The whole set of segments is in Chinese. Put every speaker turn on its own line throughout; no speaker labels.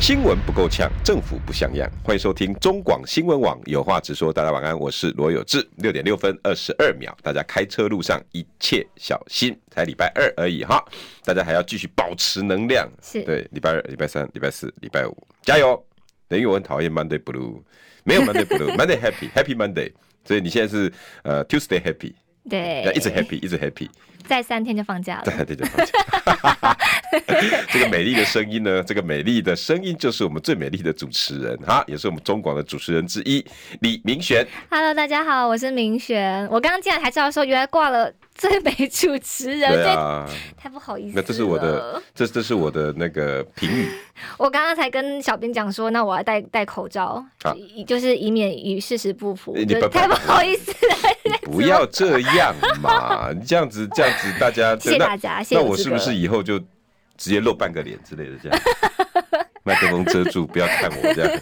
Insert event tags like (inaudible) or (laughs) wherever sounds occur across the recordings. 新闻不够呛，政府不像样。欢迎收听中广新闻网，有话直说。大家晚安，我是罗有志。六点六分二十二秒，大家开车路上一切小心。才礼拜二而已哈，大家还要继续保持能量。
是
对，礼拜二、礼拜三、礼拜四、礼拜五，加油！等于我很讨厌 Monday Blue，没有
(laughs)
Monday Blue，Monday Happy，Happy Monday。所以你现在是呃 Tuesday Happy，
对
要，一直 Happy，一直 Happy。
再三天就放假了。
对对对，放假 (laughs) 这个美丽的声音呢，这个美丽的声音就是我们最美丽的主持人哈，也是我们中广的主持人之一李明玄。
Hello，大家好，我是明璇。我刚刚进来才知道说，原来挂了最美主持人，
对
所以
啊，
太不好意思了。
那这是我的，这这是我的那个评语。
我刚刚才跟小编讲说，那我要戴戴口罩，
啊
以就是以免与事实不符。
你
就
不
太不好意思了，
不要这样嘛，
(laughs)
你这样子这样子，大家
谢谢
那
大家，谢谢
那
有
我
资
是不
格
是以后就直接露半个脸之类的这样？ (laughs) 麦克风遮住，不要看我这样。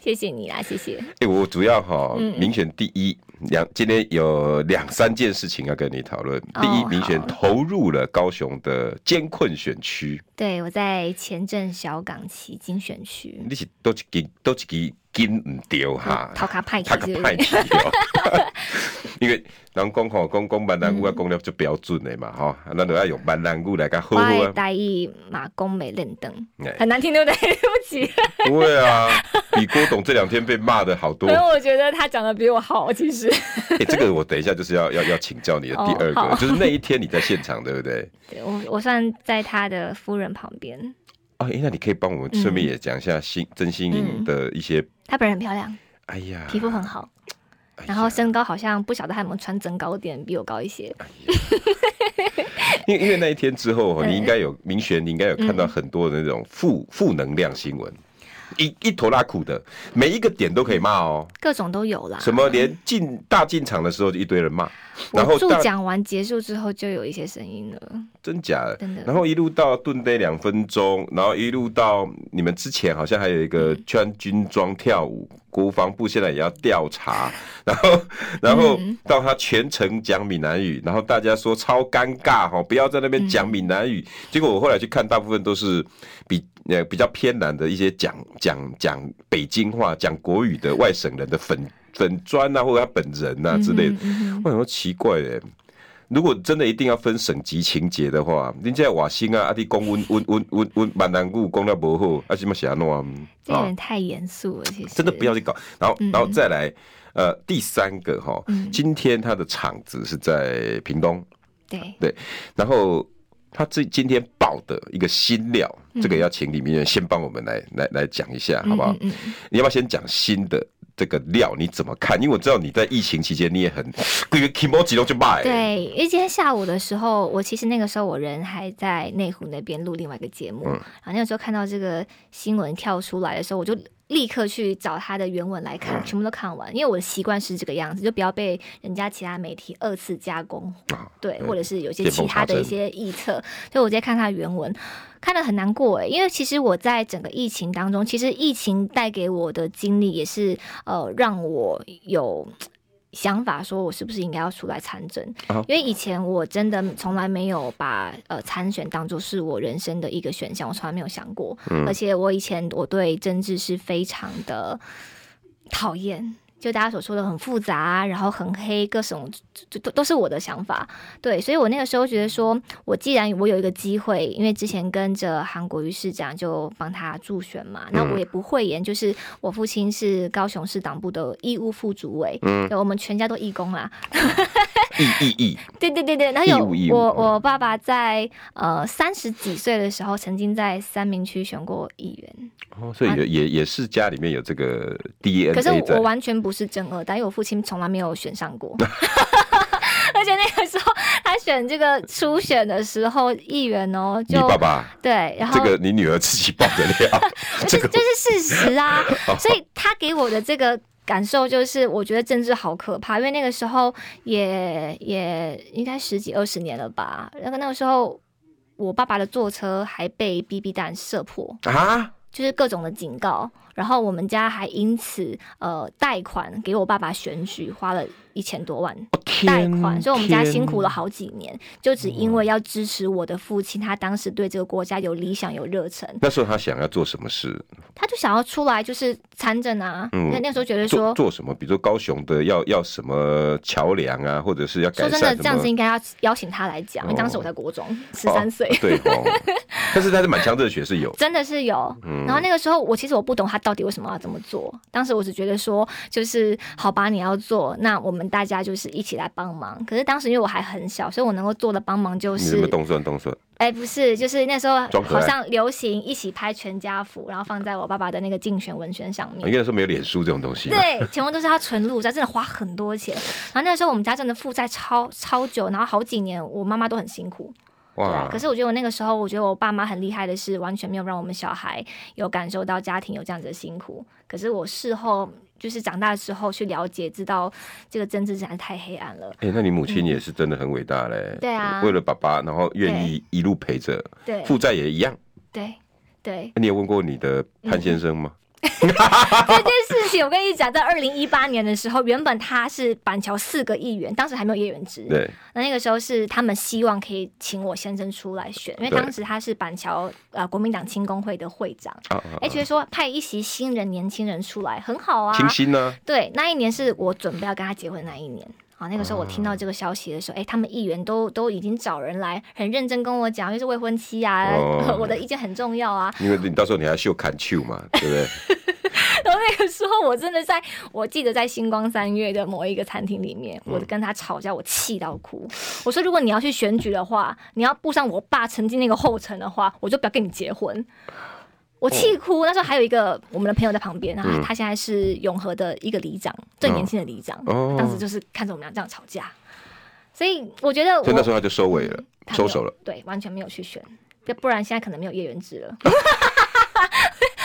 谢谢你啦，谢谢。
哎、我主要哈，
嗯
民选第一两，今天有两三件事情要跟你讨论。
哦
第一，民选
好
投入了高雄的艰困选区，
对，我在前镇小港旗金选区，
你是都一根都一支筋唔掉哈，
桃卡派旗
他个
是不是
啊派去
(laughs)
哦。因为人讲吼，讲讲闽南
嗯
语啊，讲了就标准的嘛吼，啊咱就要用闽南语来甲好
我
好
爱
啊。
大义马公美认灯
哎，
很难听，对不对？ (laughs) 对不起，
对啊，比郭董这两天被骂的好多
(laughs) 可。能我觉得他讲的比我好，其实。
哎，这个我等一下就是要要要请教你的第二
哦
个，
好
就是那一天你在现场对不对？
(laughs) 对我，我算在他的夫人旁边，
哦，哎，那你可以帮我们
嗯
顺便也讲一下新真心营的一些，
她本人很漂亮，
哎呀，
嗯皮肤很好，
哎呀，
然后身高好像不晓得她有没有穿增高垫，比我高一些。
因为因为那一天之后哦，
对
你应该有明璇，你应该有看到很多的那种负负能量新闻。一一头拉苦的，每一个点都可以骂哦。
各种都有啦。
什么连进大进场的时候就一堆人骂，然后
啊我助
大
讲完结束之后，就有一些声音了。
真假的
真的
然后一路到盾杯两分钟，然后一路到你们之前好像还有一个
嗯
穿军装跳舞，国防部现在也要调查， (laughs) 然后然后
嗯
到他全程讲闽南语，然后大家说超尴尬哈，不要在那边讲闽南语。
嗯
结果我后来去看，大部分都是比呃比较偏南的一些讲讲讲北京话、讲国语的外省人的粉粉砖啊，或者他本人啊之类
嗯
的。我想说奇怪耶、如果真的一定要分省级情节的话，你这瓦新啊，阿弟讲温温温温温闽南语讲得不好，啊，什么是安怎样
这有点太严肃了，其实
哦真的不要去搞。然后，然后再来，呃，第三个哈，今天他的场子是在屏东，
对
对，然后他这今天爆的一个新料，这个要请李明远先帮我们来来来讲一
嗯
下，好不好？你要不要先讲新的这个料你怎么看？因为我知道你在疫情期间你也很，因为 k i m o j i 都去卖，
对，因为今天下午的时候，我其实那个时候我人还在内湖那边录另外一个节目，
嗯
然后那个时候看到这个新闻跳出来的时候，我就。立刻去找他的原文来
嗯
看，全部都看完，因为我的习惯是这个样子，就不要被人家其他媒体二次加工，
啊
对，
对
或者是有一些
见
其
缝
他
插
的一
针
些臆测，所以我直接看他的原文，看得很难过欸诶，因为其实我在整个疫情当中，其实疫情带给我的经历也是呃让我有想法，说我是不是应该要出来参政？
啊
因为以前我真的从来没有把呃参选当做是我人生的一个选项，我从来没有想过。而且我以前我对政治是非常的讨厌。就大家所说的很复杂，然后很黑，各种就都都是我的想法，对，所以我那个时候觉得说，我既然我有一个机会，因为之前跟着韩国瑜市长就帮他助选嘛，那我也不讳言，就是我父亲是高雄市党部的义务副主委，嗯，我们全家都义工啦，
意意意，
对对对对，然后有
义务义务
我
嗯
我爸爸在呃三十几岁的时候，曾经在三明区选过议员，
哦，所以也也也是家里面有这个 DNA
啊可是我
在
我。完全不是正二代，因为我父亲从来没有选上过。 (laughs) 而且那个时候，他选这个初选的时候，议员哦，
你
就
爸爸
对，然后
这个
(laughs)
你女儿自己爆的料，这
这
个 (laughs)
这是事实啊，所以他给我的这个感受就是，我觉得政治好可怕，因为那个时候也也应该十几二十年了吧。那个那个时候，我爸爸的坐车还被 BB 弹射破，
啊，
就是各种的警告。然后我们家还因此呃贷款给我爸爸选举，花了一千多万
哦
贷
天，
款，所以我们家
天
辛苦了好几年，就只因为要支持我的父亲，他当时对这个国家有理想有热忱，
那时候他想要做什么事？
他就想要出来就是参政啊。
嗯
那那时候觉得
做
说，
做什么？比如说高雄的要要什么桥梁啊，或者是要改
说
善
真
什么？
的，这样子应该要邀请他来讲，因为当时我在国中十
(laughs)
三岁。
哦对哦。但是他的满腔热血是
(laughs)
有，
真的是有，
嗯
然后那个时候我其实我不懂他到底为什么要这么做，当时我只觉得说就是好吧，你要做，那我们大家就是一起来帮忙。可是当时因为我还很小，所以我能够做的帮忙就
你怎么
是，
动算动算？
哎，不是，就是那时候
装可爱
好像流行一起拍全家福，然后放在我爸爸的那个竞选文宣上面
应。该说没有脸书这种东西嘛。
对，全部都是他存入，他真的花很多钱。然后那个时候我们家真的负债超超久，然后好几年我妈妈都很辛苦。对啊
哇，，
可是我觉得我那个时候，我觉得我爸妈很厉害的是，完全没有让我们小孩有感受到家庭有这样子的辛苦。可是我事后就是长大之后去了解，知道这个政治实在是太黑暗了。
哎、那你母亲也是真的很伟大嘞、
嗯对啊
为了爸爸，然后愿意一路陪着，
对
负债也一样。
对对，
那你有问过你的潘先生吗？
这件事情我跟你讲，在二零一八年的时候，原本他是板桥四个议员，当时还没有议员职。
对，
那那个时候是他们希望可以请我先生出来选，因为
对
当时他是板桥呃国民党青工会的会长，
啊啊，
哎、觉得说派一席新人年轻人出来很好啊。
清新呢、啊？
对，那一年是我准备要跟他结婚的那一年。好，那个时候我
嗯
听到这个消息的时候，哎、他们议员都都已经找人来，很认真跟我讲，因为是未婚妻啊，
哦
(laughs) 我的意见很重要啊。
因为你到时候你还秀砍秋
(laughs)
嘛，对不对？
然后 (laughs) 那个时候我真的在，我记得在星光三月的某一个餐厅里面，我
嗯
跟他吵架，我气到哭。我说，如果你要去选举的话，你要步上我爸曾经那个后尘的话，我就不要跟你结婚。我气
哦
哭，那时候还有一个我们的朋友在旁边，然后
嗯
他现在是永和的一个里长，最年轻的里长，
哦
当时就是看着我们俩这样吵架，所以我觉得我
所以那时候他就收尾了，
他没有
收手了。，
对，完全没有去选，要不然现在可能没有叶元之了。 (laughs)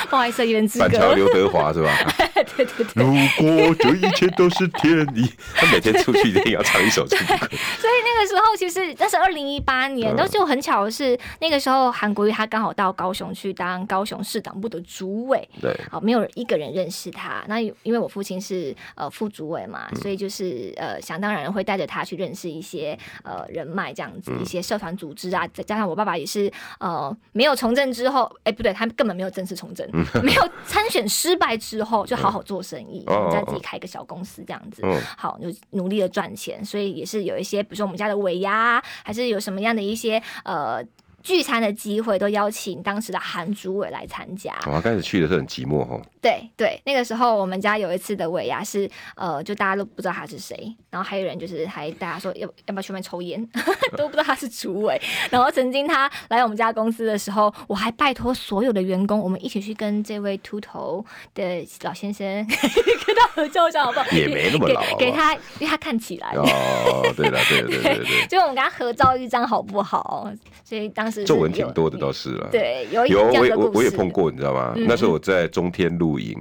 不好意思，叶元之
板桥
哥，
刘德华是吧？
对 (laughs) 对对。
如果这一切都是天意， (laughs) 他每天出去一定要唱一首
(laughs)
这个歌。
所以那个时候其实那是二零一八年，但是就很巧的是，那个时候韩国瑜他刚好到高雄去当高雄市党部的主委。
对，
好，没有一个人认识他。那有因为我父亲是呃副主委嘛，
嗯
所以就是呃想当然会带着他去认识一些呃人脉这样子，
嗯
一些社团组织啊。再加上我爸爸也是呃没有从政之后，哎、不对，他根本没有正式从政，
嗯
(laughs) 没有参选失败之后就好好做生意，
哦哦哦
再自己开一个小公司这样子。
嗯，
好，就努力的赚钱，所以也是有一些，比如说我们家的尾牙，还是有什么样的一些呃聚餐的机会，都邀请当时的韩主委来参加。
我刚开始去的时候很寂寞哦，
对对，那个时候我们家有一次的尾牙是呃，就大家都不知道他是谁，然后还有人就是还大家说要要不要去外面抽烟， (laughs) 都不知道他是主委。然后曾经他来我们家公司的时候，我还拜托所有的员工，我们一起去跟这位秃头的老先生 (laughs) 跟他合照一下好不好？
也没那么老啊
给给他，因为他看起来。
哦，对了，对了对了对了对了，
就我们跟他合照一张好不好？所以当时 (laughs) 是
皱纹
有嗯
挺多的倒是了。。
对，有一
有，
这样
我也
的故
我
事。嗯
我也碰过，你知道吗？那时候我在中天露营，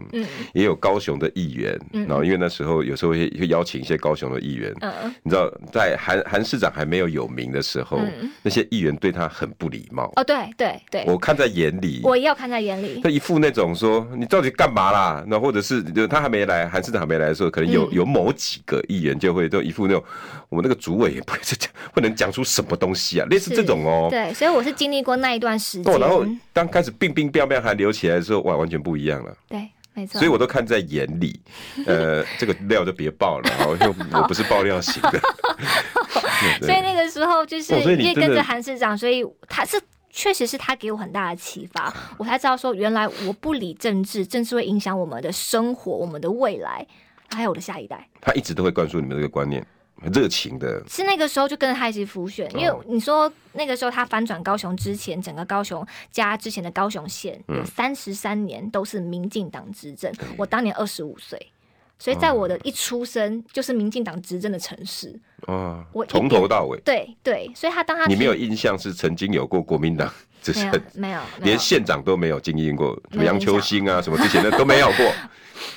也有高雄的议员，然后因为那时候有时候会会邀请一些高雄的议员，
嗯，
你知道，在韩韩市长还没有有名的时候，那些议员对他很不礼貌，
哦，对对嗯对，
我看在眼里。
我也有看在眼里。
他一副那种说你到底干嘛啦？那或者是就他还没来，韩市长还没来的时候，可能
嗯
有有某几个议员就会都一副那种，我们那个主委也不会讲，不能讲出什么东西啊，类似
是
这种哦。
对，所以我是经历过那一段时间。
哦，然后当开始病病病病还流起来的时候，哇，完全不一样
(laughs)
了。
对，没错。
所以我都看在眼里，
(laughs)
呃，这个料就别爆了哦，因为我不是爆料型的。对
所以那个时候就是
哦所以你
因为
真的
跟着韩市长，所以他是确实是他给我很大的启发，
啊
我才知道说原来我不理政治，政治会影响我们的生活、我们的未来，还有我的下一代。
他一直都会灌输你们这个观念，热情的，
是那个时候就跟着他一起浮选，因为
哦
你说那个时候他反转高雄之前，整个高雄加之前的
嗯
高雄县有三十三年都是民进党执政，我当年二十五岁。所以在我的一出生就是民进党执政的城市。
哦
我，一
从头到尾，
对对，所以他当他
你
提
没有印象是曾经有过国民党执
没有
政，
没有没有
连，县长都没有经营过，什么
没有
杨
印
秋
象
兴啊，什么这些的都没有过。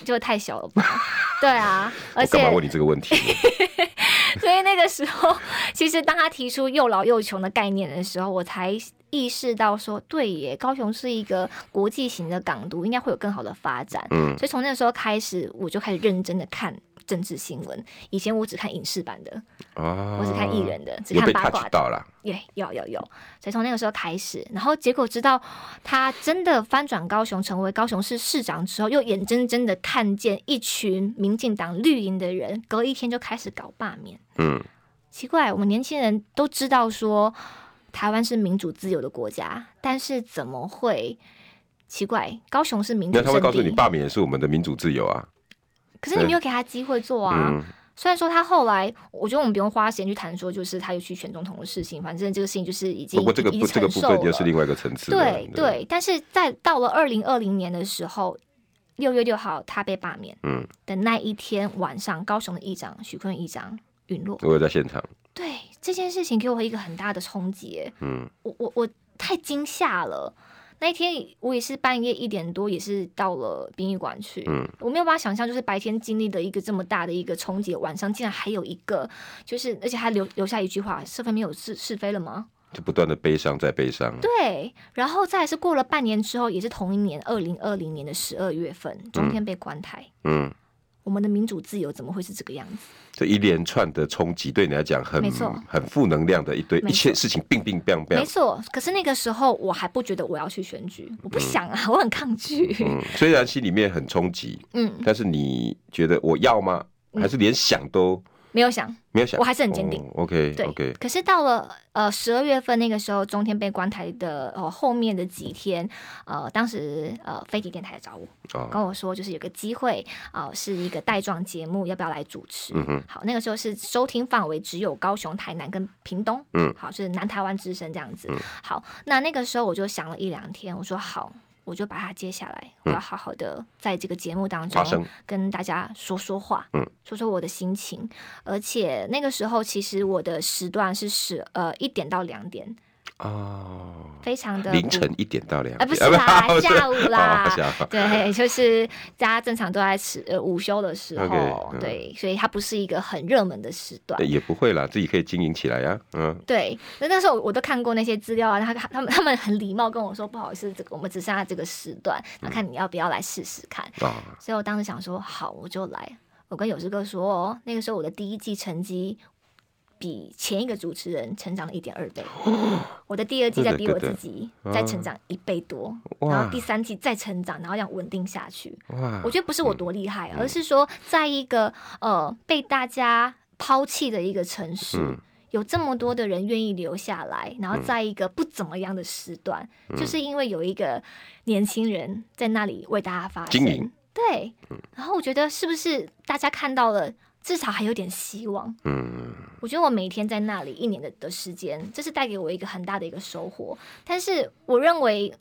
就太小了吧？
(laughs)
对啊， (laughs) 而
我
且
干嘛问你这个问题？
所以那个时候，其实当他提出“又老又穷”的概念的时候，我才意识到说，对耶，高雄是一个国际型的港都，应该会有更好的发展。
嗯，
所以从那时候开始，我就开始认真的看政治新闻。以前我只看影视版的，
啊，
(laughs) 我只看艺人的，只
有
看
被
八卦
touch
的，
到啦。
耶，有有有。所以从那个时候开始，然后结果知道他真的翻转高雄，成为高雄市市长之后，又眼睁睁的看见一群民进党绿营的人，隔一天就开始搞罢免。
嗯，
奇怪，我们年轻人都知道说台湾是民主自由的国家，但是怎么会奇怪？高雄是民主
那他会
圣
告诉你，
地，
罢免也是我们的民主自由啊。
可是你没有给他机会做啊。
嗯，
虽然说他后来，我觉得我们不用花时间去谈说，就是他又去选总统的事情，反正这个事情就是已经
不过这个
已
不
经
这个
承
部
受
分
了。
就是另外一个层次了。
对对，但是在到了二零二零年的时候，六月六号他被罢免
嗯，
的那一天晚上，高雄的议长许坤宇议长陨落。
我有在现场。
对这件事情给我一个很大的冲击耶，
嗯，
我我我太惊吓了。那一天我也是半夜一点多，也是到了殡仪馆去。
嗯，
我没有办法想象，就是白天经历的一个这么大的一个冲击，晚上竟然还有一个，就是而且还留留下一句话：是非没有是是非了吗？
就不断的悲伤再悲伤。
对，然后再来是过了半年之后，也是同一年二零二零年的十二月份，中天被关台。
嗯，
我们的民主自由怎么会是这个样子？
这一连串的冲击对你来讲很
没错
很负能量的一堆
没
一
错
切事情，病病病
没
病。
错，可是那个时候我还不觉得我要去选举，我不想啊，我 (laughs) 很抗拒。
嗯，虽然心里面很冲击，
嗯，
但是你觉得我要吗？还是连想都
没有想，
没有想？
嗯我还是很坚定。
哦 OK
对
OK，
可是到了呃十二月份那个时候，中天被关台的呃后面的几天，呃，当时呃飞碟电台来找我，
哦，
跟我说就是有个机会啊、呃是一个带状节目，要不要来主持？
嗯哼，
好，那个时候是收听范围只有高雄、台南跟屏东，
嗯，
好，就是南台湾之声这样子。好，那那个时候我就想了一两天，我说好，我就把它接下来，我要好好的在这个节目当
嗯发声
中跟大家说说话，
嗯，
说说我的心情。而且那个时候其实我的时段是十呃一点到两点，
哦，
非常的
凌晨一点到两
啊
点，，
不是啦
(laughs)
下午啦
哦， (laughs) 下午
对，就是大家正常都在吃呃午休的时候
OK，嗯
对，所以它不是一个很热门的时段。
也不会啦，自己可以经营起来呀、嗯，
对，那那时候我都看过那些资料啊，然后他他们他们很礼貌跟我说，不好意思，这个我们只剩下这个时段，
嗯
那看你要不要来试试看。
啊、
所以我当时想说，好，我就来。我跟有志哥说、哦，那个时候我的第一季成绩比前一个主持人成长了一点
(laughs)
二倍，我的第二季再比我自己再成长一倍多，然后
啊哇
第三季再成长，然后这样稳定下去。
哇
我，觉得不是我多厉害，
嗯
而是说在一个呃被大家抛弃的一个城市。
嗯
有这么多的人愿意留下来，然后在一个不怎么样的时段，
嗯
就是因为有一个年轻人在那里为大家发声
经营，嗯
对。然后我觉得是不是大家看到了，至少还有点希望。
嗯，
我觉得我每天在那里一年的的时间，这是带给我一个很大的一个收获。但是我认为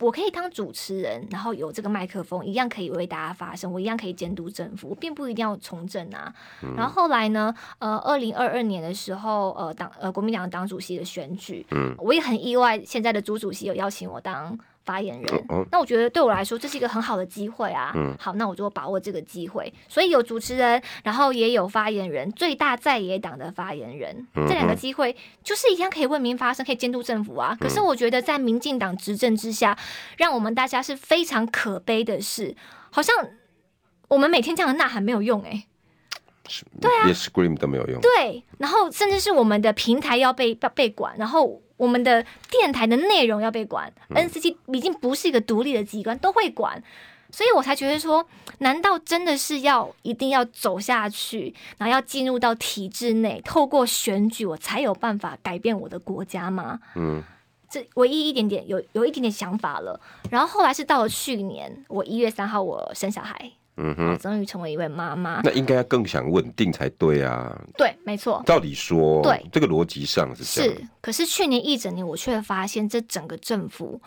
我可以当主持人，然后有这个麦克风，一样可以为大家发声，我一样可以监督政府，我并不一定要从政啊。然后后来呢，呃，二零二二年的时候，呃，党呃国民党党主席的选举，
嗯，
我也很意外，现在的朱主席有邀请我当。发言人，
哦哦
那我觉得对我来说这是一个很好的机会啊。
嗯
好，那我就把握这个机会。所以有主持人，然后也有发言人，最大在野党的发言人，
嗯哼嗯
这两个机会就是一样可以为民发声，可以监督政府啊。可是我觉得在民进党执政之下，让我们大家是非常可悲的事，好像我们每天这样的呐喊没有用哎、
对啊，连 scream 都没有用，
对，然后甚至是我们的平台要被被被管，然后我们的电台的内容要被管、n c c 已经不是一个独立的机关，都会管。所以我才觉得说，难道真的是要一定要走下去，然后要进入到体制内，透过选举，我才有办法改变我的国家吗？
嗯，
这唯一一点点有有一点点想法了。然后后来是到了去年，我一月三号我生小孩，
嗯
我
哼，
终于成为一位妈妈。
那应该要更想稳定才对啊。
对，没错，
照理说，
对
这个逻辑上是这样
是，可是去年一整年，我却发现这整个政府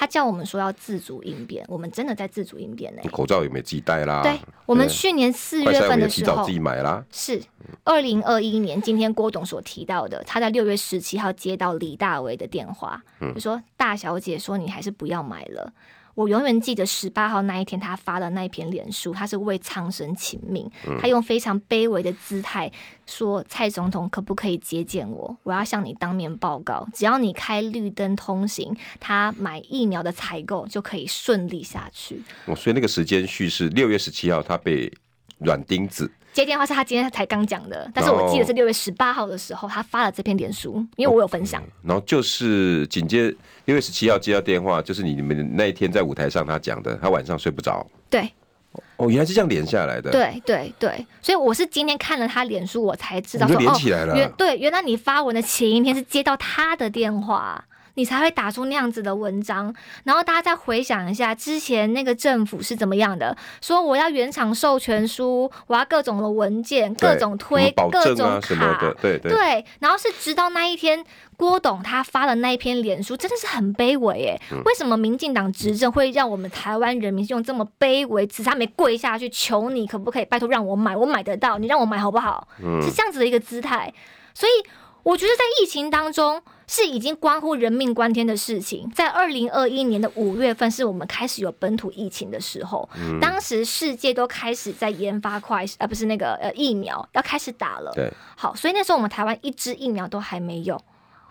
他叫我们说要自主应变，我们真的在自主应变呢、
口罩有没有自己戴啦？
对，我们去年四
啊快
月
筛我们
份的
也提
时
早
候
自，己买啦。
是二零二一年，今天郭董所提到的，他在六月十七号接到李大为的电话，就说：“大小姐说你还是不要买了。”我永远记得十八号那一天，他发的那一篇脸书，他是为苍生请命，他用非常卑微的姿态说：“蔡总统可不可以接见我？我要向你当面报告，只要你开绿灯通行，他买疫苗的采购就可以顺利下去。
我哦所以那个时间序是六月十七号，他被软钉子。”
接电话是他今天才刚讲的，但是我
哦
记得是六月十八号的时候，他发了这篇脸书，因为我有分享。
然后就是紧接六月十七号接到电话，就是你们那一天在舞台上他讲的，他晚上睡不着。
对
哦，原来是这样连下来的。，
对对对，所以我是今天看了他脸书，我才知道
你
说
就连
哦
起来了，
原对，原来你发文的前一天是接到他的电话。你才会打出那样子的文章，然后大家再回想一下之前那个政府是怎么样的，说我要原厂授权书，我要各种的文件，
对
各种推，
什么保
各
证
种
啊什么
卡，
的，对对。
对，然后是直到那一天，郭董他发的那一篇脸书，真的是很卑微耶。
嗯
为什么民进党执政会让我们台湾人民用这么卑微姿态，没跪下去求你可不可以拜托让我买，我买得到，你让我买好不好？
嗯
是这样子的一个姿态，所以我觉得在疫情当中。是已经关乎人命关天的事情，在二零二一年的五月份，是我们开始有本土疫情的时候，
嗯
当时世界都开始在研发快，呃，不是那个呃疫苗要开始打了，
对，
好，所以那时候我们台湾一支疫苗都还没有，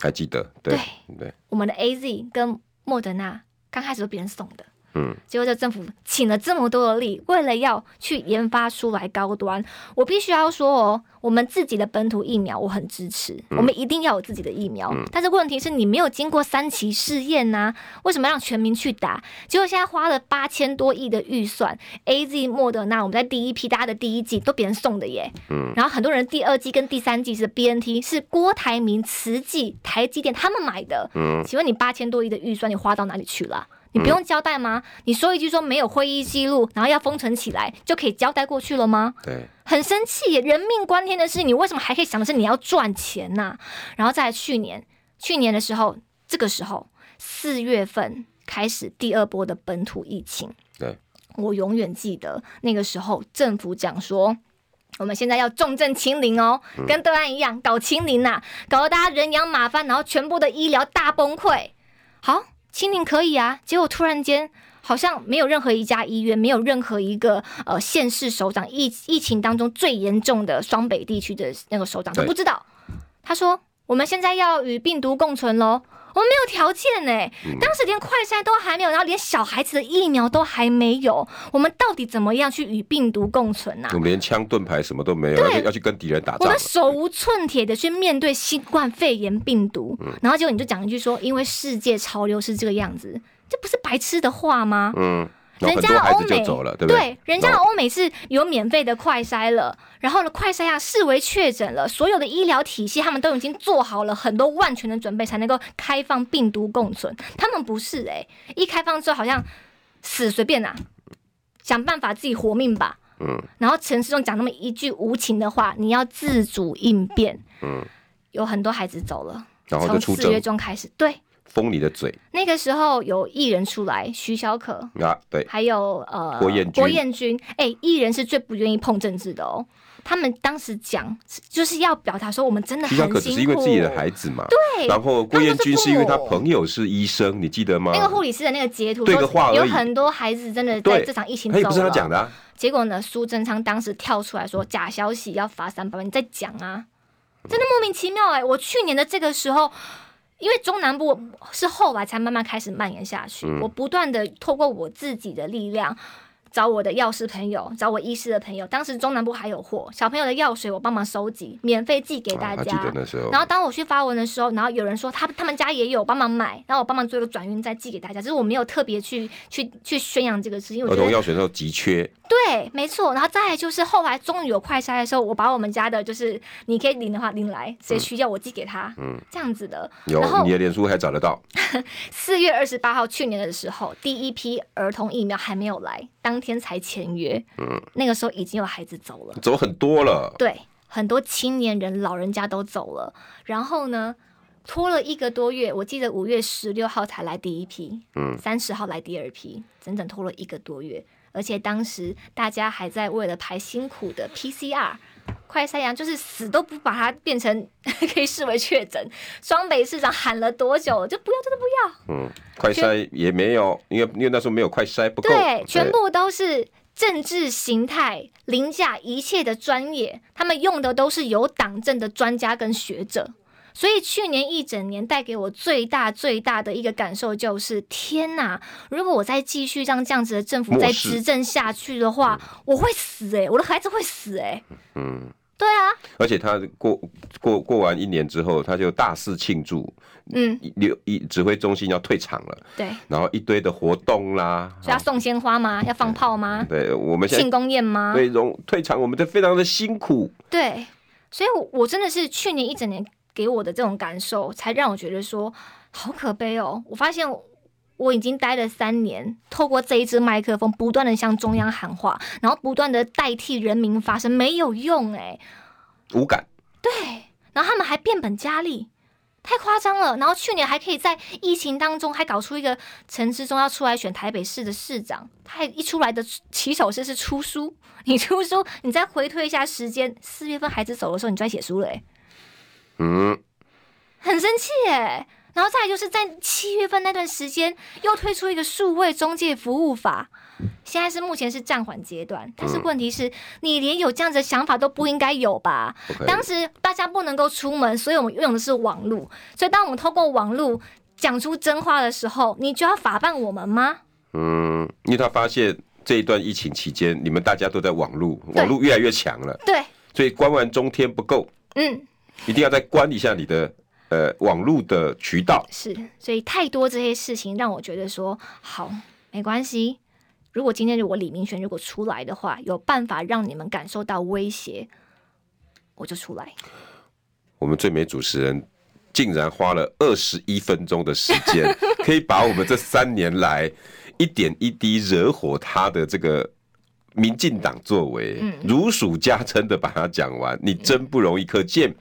还记得，对对，
我们的 A Z 跟莫德纳刚开始都别人送的，
嗯，
结果这政府请了这么多的力，为了要去研发出来高端，我必须要说哦，我们自己的本土疫苗我很支持，我们一定要有自己的疫苗，但是问题是你没有经过三期试验呐、为什么让全民去打？结果现在花了八千多亿的预算，A Z 莫德纳我们在第一批大家的第一季都别人送的耶，然后很多人第二季跟第三季是 BNT，是郭台铭、慈济、台积电他们买的。嗯，请问你八千多亿的预算你花到哪里去了啊？你不用交代吗？你说一句说没有会议记录，然后要封存起来，就可以交代过去了吗？
对，
很生气耶，人命关天的事，你为什么还可以想的是你要赚钱呐、然后再来去年，去年的时候，这个时候四月份开始第二波的本土疫情。
对，
我永远记得那个时候政府讲说。我们现在要重症清零哦，跟对岸一样搞清零呐、搞得大家人仰马翻，然后全部的医疗大崩溃。好，清零可以啊，结果突然间好像没有任何一家医院，没有任何一个呃县市首长疫疫情当中最严重的双北地区的那个首长都
对
不知道。他说：“我们现在要与病毒共存喽。”我们没有条件呢、当时连快筛都还没有，然后连小孩子的疫苗都还没有，我们到底怎么样去与病毒共存呐、
我们连枪盾牌什么都没有，要去要去跟敌人打
啊我
仗
们，手无寸铁的去面对新冠肺炎病毒，然后结果你就讲一句说，因为世界潮流是这个样子，这不是白痴的话吗？
嗯，然后
人
很
家
多
的
孩
欧
子
美
就走了，对
对
不对？
人家的
然后
欧美是有免费的快筛了，然后呢，快筛啊视为确诊了，所有的医疗体系他们都已经做好了很多万全的准备，才能够开放病毒共存。他们不是诶、一开放之后好像死随便啦、啊想办法自己活命吧。
嗯，
然后陈世忠讲那么一句无情的话，你要自主应变。
嗯，
有很多孩子走了，
然后就
从
出
四月
征
中开始，对，
封你的嘴
那个时候有艺人出来，徐小可，
啊，对，
还有呃
郭彦均
郭彦均，哎、艺人是最不愿意碰政治的哦。他们当时讲就是要表达说，我们真的
徐
很
小可
辛苦，
只是因为自己的孩子嘛，
对，
然后郭彦均是因为他
他们都是父母
朋友是医生，你记得吗？
那个护理师的那个截图，
对个话而已
有很多孩子真的在
对
这场疫情
他
走
也
了。
不是他讲的啊，
结果呢，苏贞昌当时跳出来说假消息要罚三百万，你在讲啊，
嗯
真的莫名其妙哎、我去年的这个时候。因为中南部是后来才慢慢开始蔓延下去，
嗯
我不断的透过我自己的力量，找我的药师朋友，找我医师的朋友。当时中南部还有货，小朋友的药水我帮忙收集，免费寄给大
啊
家。
还记得那时候
然，后当我去发文的时候，然后有人说他他们家也有帮忙买，然后我帮忙做一个转运再寄给大家，只是我没有特别去去去宣扬这个事情，因为
儿
我觉
童
得
药水那时候急缺，
对，没错。然后再来就是后来终于有快筛的时候，我把我们家的就是你可以领的话领来，谁需要我寄给他，嗯，这样子的。
有
然后
你的脸书还找得到，
四月二十八号去年的时候，第一批儿童疫苗还没有来，当天才签约，嗯，那个时候已经有孩子走了。
走很多了。
对，很多青年人、老人家都走了。然后呢，拖了一个多月，我记得五月十六号才来第一批，嗯，三十号来第二批，整整拖了一个多月。而且当时大家还在为了排辛苦的 PCR 快筛阳，就是死都不把它变成 (laughs) 可以视为确诊。双北市长喊了多久，就不要，真的不要。
嗯，快筛也没有，因为因为那时候没有快筛不够，
对，全部都是政治形态凌驾一切的专业，他们用的都是有党政的专家跟学者。所以去年一整年带给我最大最大的一个感受就是：天哪！如果我再继续让这样子的政府
漠
再
视
执政下去的话，我会死诶、我的孩子会死诶、
嗯，
对啊，
而且他过过过完一年之后，他就大肆庆祝，
嗯，
一六一指挥中心要退场了，
对，
然后一堆的活动啦，
所以要送鲜花吗？要放炮吗？
对，我们现
庆啊
在
功宴吗？
对容退场，我们都非常的辛苦，
对，所以我，我真的是去年一整年给我的这种感受，才让我觉得说好可悲哦。我发现我我已经待了三年，透过这一支麦克风，不断的向中央喊话，然后不断的代替人民发声，没有用诶。
无感。
对，然后他们还变本加厉。太夸张了！然后去年还可以在疫情当中还搞出一个陈志忠要出来选台北市的市长，他还一出来的起手式是出书，你出书，你再回推一下时间，四月份孩子走的时候，你就在写书了、欸，
嗯，
很生气耶。然后再来就是在七月份那段时间，又推出一个数位中介服务法，现在是目前是暂缓阶段。但是问题是，你连有这样子的想法都不应该有吧？
OK
当时大家不能够出门，所以我们用的是网络。所以当我们透过网络讲出真话的时候，你就要法办我们吗？
嗯，因为他发现这一段疫情期间，你们大家都在网络，网络越来越强了，
对，
所以关完中天不够，
嗯，
一定要再关一下你的呃网络的渠道。
是，所以太多这些事情让我觉得说，好，没关系。如果今天我李明轩如果出来的话，有办法让你们感受到威胁，我就出来。
我们最美主持人竟然花了二十一分钟的时间，可以把我们这三年来一点一滴惹火他的这个民进党作为，如数家珍的把它讲完，你真不容易。可见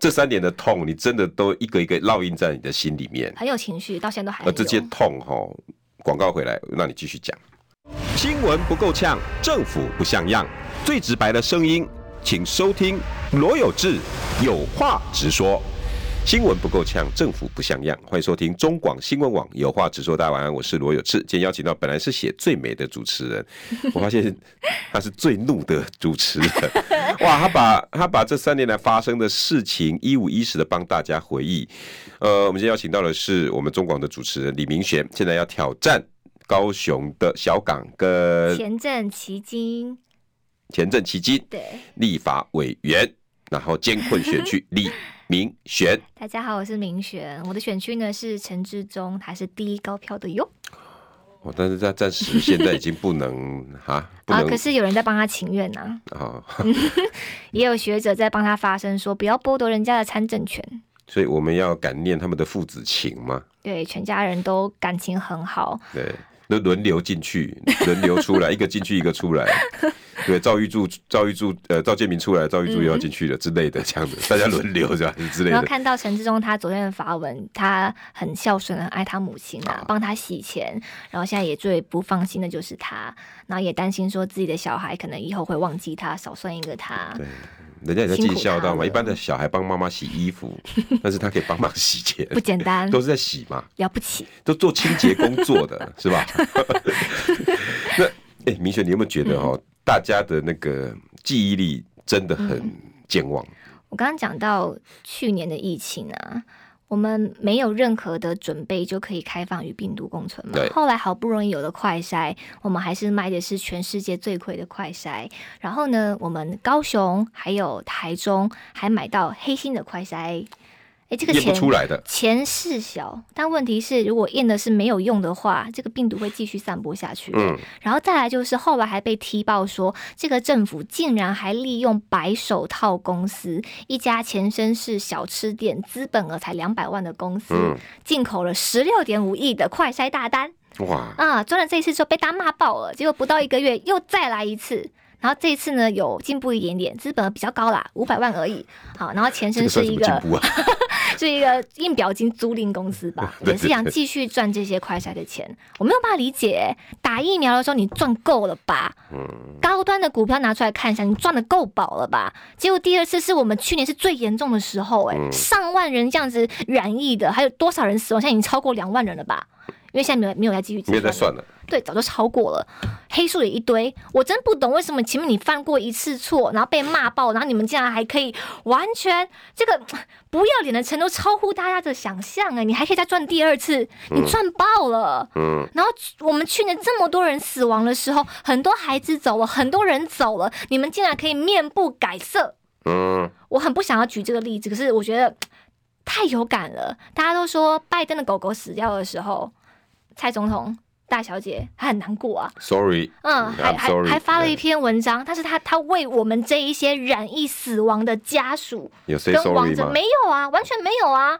这三年的痛，你真的都一个一个烙印在你的心里面。
很有情绪，到现在都还
而
有。
这些痛哈，广告回来，让你继续讲。新闻不够呛，政府不像样，最直白的声音，请收听罗有志有话直说。新闻不够呛，政府不像样。欢迎收听中广新闻网有话直说。大家晚安，我是罗有志。今天邀请到本来是写最美的主持人，我发现他是最怒的主持人。哇，他把他把这三年来发生的事情一五一十的帮大家回忆。呃，我们今天邀请到的是我们中广的主持人李明玄，现在要挑战高雄的小港跟
前阵奇经，
前镇奇金
对，
立法委员，然后艰困选区李明
(laughs)
玄。
大家好，我是明轩，我的选区呢是陈志忠，他是第一高票的哟。
哦，但是他暂时现在已经不能哈，不
啊，
能
可是有人在帮他请愿呐、啊，
啊、
也有学者在帮他发声，说不要剥夺人家的参政权。
所以我们要感念他们的父子情嘛，
对，全家人都感情很好，
对，都轮流进
(laughs)
去，轮流出来，一个进去一个出来。对，赵玉柱、赵玉柱，呃，赵建明出来，赵玉柱
嗯
又要进去了之类的，这样子，大家轮流这样子之类
然后
的。
看到陈志忠他昨天的发文，他很孝顺，很爱他母亲啊
啊，
帮他洗钱。然后现在也最不放心的就是他，然后也担心说自己的小孩可能以后会忘记他，少算一个他。
对，人家也在尽孝道
辛苦他
嘛。
了
一般的小孩帮妈妈洗衣
(laughs)
服，但是他可以帮忙洗钱，
不简单
都，是在洗嘛，
了不起。
都做清洁工作
(laughs)
的是吧？ (laughs) 那哎、明轩，你有没有觉
嗯
得哦，大家的那个记忆力真的很
嗯
健忘？
我刚刚讲到去年的疫情啊，我们没有任何的准备就可以开放与病毒共存嘛
对。
后来好不容易有了快筛，我们还是卖的是全世界最贵的快筛。然后呢，我们高雄还有台中还买到黑心的快筛，哎，这个
验不
钱
出来的，
钱是小，但问题是，如果验的是没有用的话，这个病毒会继续散播下去。
嗯，
然后再来就是后来还被踢爆说，这个政府竟然还利用白手套公司一家前身是小吃店，资本额才两百万的公司，
嗯
进口了十六点五亿的快筛大单
哇，
啊！赚了这一次之后被大家骂爆了，结果不到一个月又再来一次。然后这一次呢，有进步一点点，资本额比较高啦，五百万而已。好，然后前
这
身
个算
是
什
一
么进
个
步啊？
(laughs) 是一个印表金租赁公司吧，
(laughs) 对
也是想继续赚这些快筛的钱。我没有办法理解，打疫苗的时候你赚够了吧？
嗯
高端的股票拿出来看一下，你赚的够饱了吧？结果第二次是我们去年是最严重的时候、哎、
嗯
上万人这样子染疫的，还有多少人死亡？现在已经超过两万人了吧？因为现在没有没有再继续计
(laughs) 没有再
了 (laughs)
算了，
对，早就超过了，黑数也一堆。我真不懂为什么前面你犯过一次错，然后被骂爆，然后你们竟然还可以完全这个不要脸的程度超乎大家的想象哎，你还可以再赚第二次，你赚爆了。
嗯，
然后我们去年这么多人死亡的时候，很多孩子走了，很多人走了，你们竟然可以面不改色，
嗯，
我很不想要举这个例子，可是我觉得太有感了。大家都说拜登的狗狗死掉的时候，蔡总统、大小姐她很难过啊，
Sorry，
嗯，还
I'm
还
sorry 哎
还发了一篇文章，但是她她为我们这一些染疫死亡的家属
有 say
跟亡
sorry
者
吗？
没有啊，完全没有啊。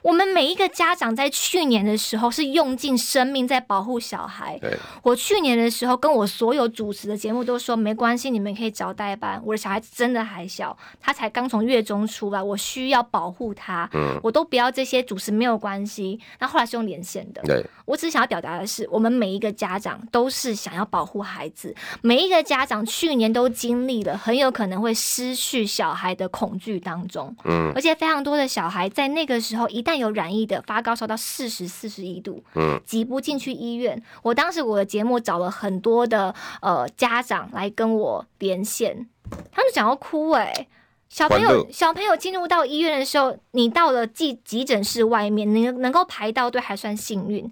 我们每一个家长在去年的时候是用尽生命在保护小孩，
对，
我去年的时候，跟我所有主持的节目都说没关系，你们可以找代班。我的小孩子真的还小，他才刚从月中出来，我需要保护他，
嗯，
我都不要这些主持没有关系。那后来是用连线的，
对，
我只想要表达的是，我们每一个家长都是想要保护孩子，每一个家长去年都经历了很有可能会失去小孩的恐惧当中，
嗯
而且非常多的小孩在那个时候一旦有染疫的发高烧到四十、四十一度，
嗯，
挤不进去医院。我当时我的节目找了很多的呃家长来跟我连线，他们想要哭哎、小朋
欢乐
友，小朋友进入到医院的时候，你到了急急诊室外面，你能够排到队还算幸运，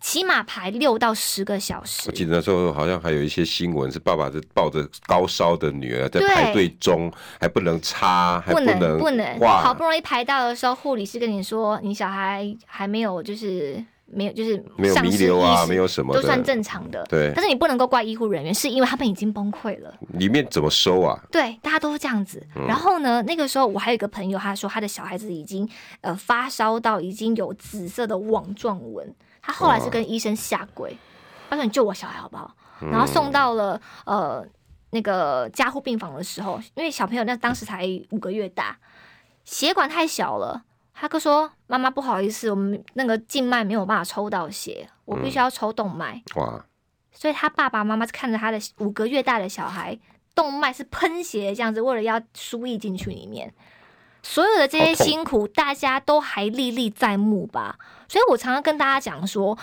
起码排六到十个小时
我。记得那时候好像还有一些新闻是爸爸是抱着高烧的女儿在
对
排队中，还不能擦，还
不能
能
不能，
画，
好不容易排到的时候，护理师跟你说，你小孩还没有就是没有就是
没有
丧
弥
失
留
意
啊，
识
没有什么
都算
的，
正常的。
对
但，是你不能够怪医护人员，是因为他们已经崩溃了。
里面怎么收啊？
对，大家都是这样子。然后呢，那个时候我还有一个朋友，他说他的小孩子已经呃发烧到已经有紫色的网状纹，他后来是跟医生下跪，他说你救我小孩好不好？然后送到了呃那个加护病房的时候，因为小朋友那当时才五个月大，血管太小了。他哥说：“妈妈，不好意思，我们那个静脉没有办法抽到血，我必须要抽动脉。
哇，
所以他爸爸妈妈是看着他的五个月大的小孩动脉是喷血这样子，为了要输液进去里面，所有的这些
好痛
辛苦大家都还历历在目吧。所以我常常跟大家讲说，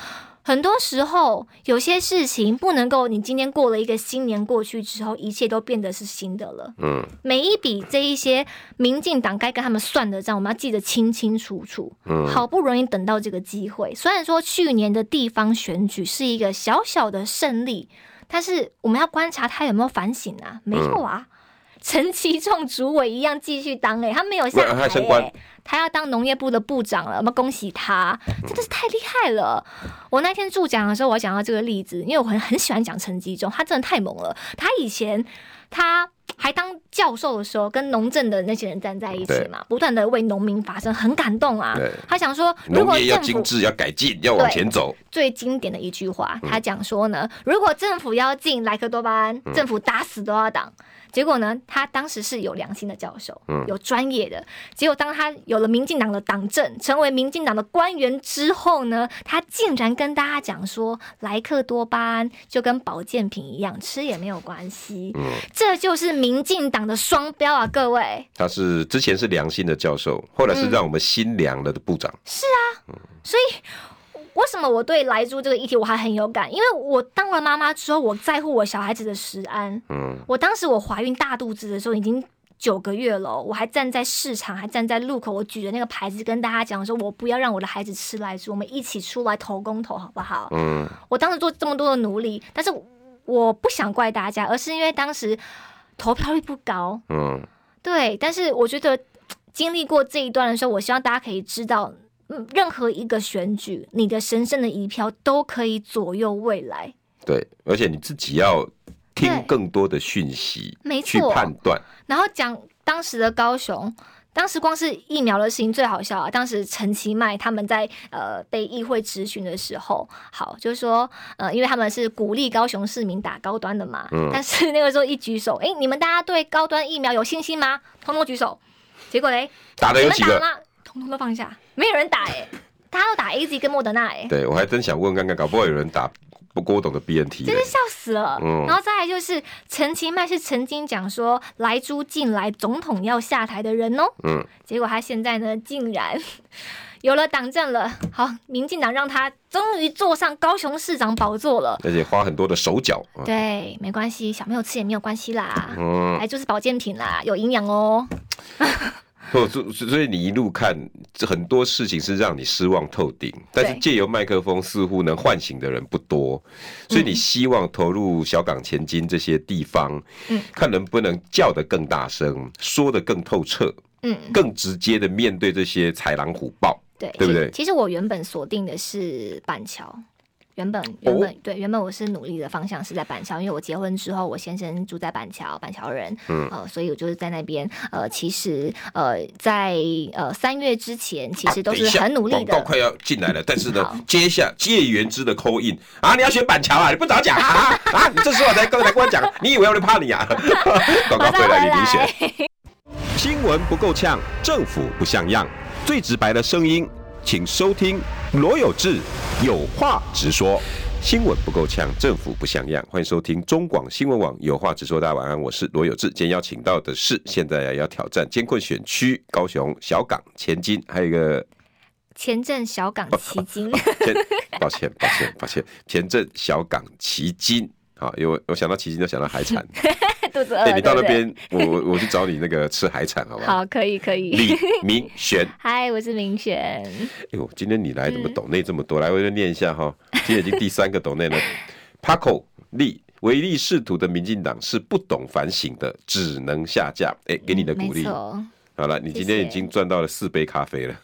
很多时候有些事情不能够，你今天过了一个新年过去之后，一切都变得是新的了。
嗯
每一笔这一些民进党该跟他们算的账，我们要记得清清楚楚。
嗯
好不容易等到这个机会，虽然说去年的地方选举是一个小小的胜利，但是我们要观察他有没有反省啊？没有啊。
嗯
陈其重主委一样继续当哎、他没有下
不
台、
他升官
欸，他要当农业部的部长了，我们恭喜他，真的是太厉害了！我那天助讲的时候，我讲到这个例子，因为我很很喜欢讲陈吉仲，他真的太猛了。他以前他还当教授的时候，跟农政的那些人站在一起
对
嘛，不断的为农民发声，很感动啊。
对，
他想说，如
农
果
业要
政
精
府
致，要改进，要往前走，
最经典的一句话，他讲说呢，如果政府要进莱克多巴胺，政府打死都要挡。结果呢，他当时是有良心的教授，有专业的。结果当他有了民进党的党政，成为民进党的官员之后呢，他竟然跟大家讲说，莱克多巴胺就跟保健品一样，吃也没有关系。这就是民进党的双标啊，各位。
他是之前是良心的教授，后来是
嗯
让我们心凉了的部长。
为什么我对莱猪这个议题我还很有感？因为我当了妈妈之后，我在乎我小孩子的食安。
嗯，
我当时我怀孕大肚子的时候已经。九个月了哦，我还站在市场，还站在路口，我举着那个牌子跟大家讲说，我不要让我的孩子吃莱猪，我们一起出来投公投，好不好？
嗯，
我当时做这么多的努力，但是我不想怪大家，而是因为当时投票率不高，
嗯，
对，但是我觉得经历过这一段的时候，我希望大家可以知道，嗯，任何一个选举，你的神圣的一票都可以左右未来。
对，而且你自己要听
对
更多的讯息，
没
去
错
判断。
然后讲当时的高雄。当时光是疫苗的事情最好笑啊！当时陈其迈他们在呃被议会质询的时候，好就是说呃，因为他们是鼓励高雄市民打高端的嘛，
嗯
但是那个时候一举手，诶，你们大家对高端疫苗有信心吗？通通举手。结果嘞，
打的
你
有
们
几
打
个
了？吗？统统都放下，没有人打哎、大家都打 A Z 跟莫德纳哎、
对我还真想问，刚刚搞不好有人打不郭董的 BNT 嘞
真是笑死了。
嗯
然后再来就是陈其迈是曾经讲说莱猪进来，总统要下台的人哦。
嗯，
结果他现在呢，竟然 (laughs) 有了党政了。好，民进党让他终于坐上高雄市长宝座了。
而且花很多的手脚。啊
对，没关系，小朋友吃也没有关系啦。
嗯，
莱猪是保健品啦，有营养哦。
(laughs) 所哦所所以你一路看，这很多事情是让你失望透顶，但是
对
借由麦克风似乎能唤醒的人不多，所以你希望投入小港前金这些地方，
嗯
看能不能叫得更大声，说得更透彻，
嗯，
更直接的面对这些豺狼虎豹。
对，
对不
其
对
其实我原本锁定的是板桥，原本
哦
原本、对，原本我是努力的方向是在板桥，因为我结婚之后，我先生住在板桥，板桥人，嗯，呃，所以我就是在那边，呃，其实呃，在呃三月之前，其实都
啊等一
是
下
很努力
广告
的。
快要进来了，但是呢
好，
接下借原之的扣印啊，你要选板桥啊，你不早讲啊啊啊！你这时候才刚才跟我讲，你以为我在怕你啊？ (laughs) 广告回来，你你选。新闻不够呛，政府不像样，最直白的声音，请收听罗有志有话直说。新闻不够呛，政府不像样，欢迎收听中广新闻网有话直说。大家晚安，我是罗有志。今天邀请到的是现在要挑战艰困选区高雄小港前金，还有一个
前阵小港奇
(laughs)
经，
前，抱歉，抱歉，抱歉，前阵小港旗津。好，因为我我想到旗津就想到海产。
肚子饿
对
了，
你到那
对不对
边，我我我去找你那个吃海产，好不好？
好，可以可以。
李明璇，
嗨，我是明
(laughs)
璇，
哎呦，今天你来怎么抖内这么多？
嗯
来，我就念一下哈，今天已经第三个抖
(laughs)
内了。Paco 力唯利是图的民进党是不懂反省的，只能下架。哎、给你的鼓
嗯没
励。
错，
好了，你今天
谢谢
已经赚到了四杯咖啡了。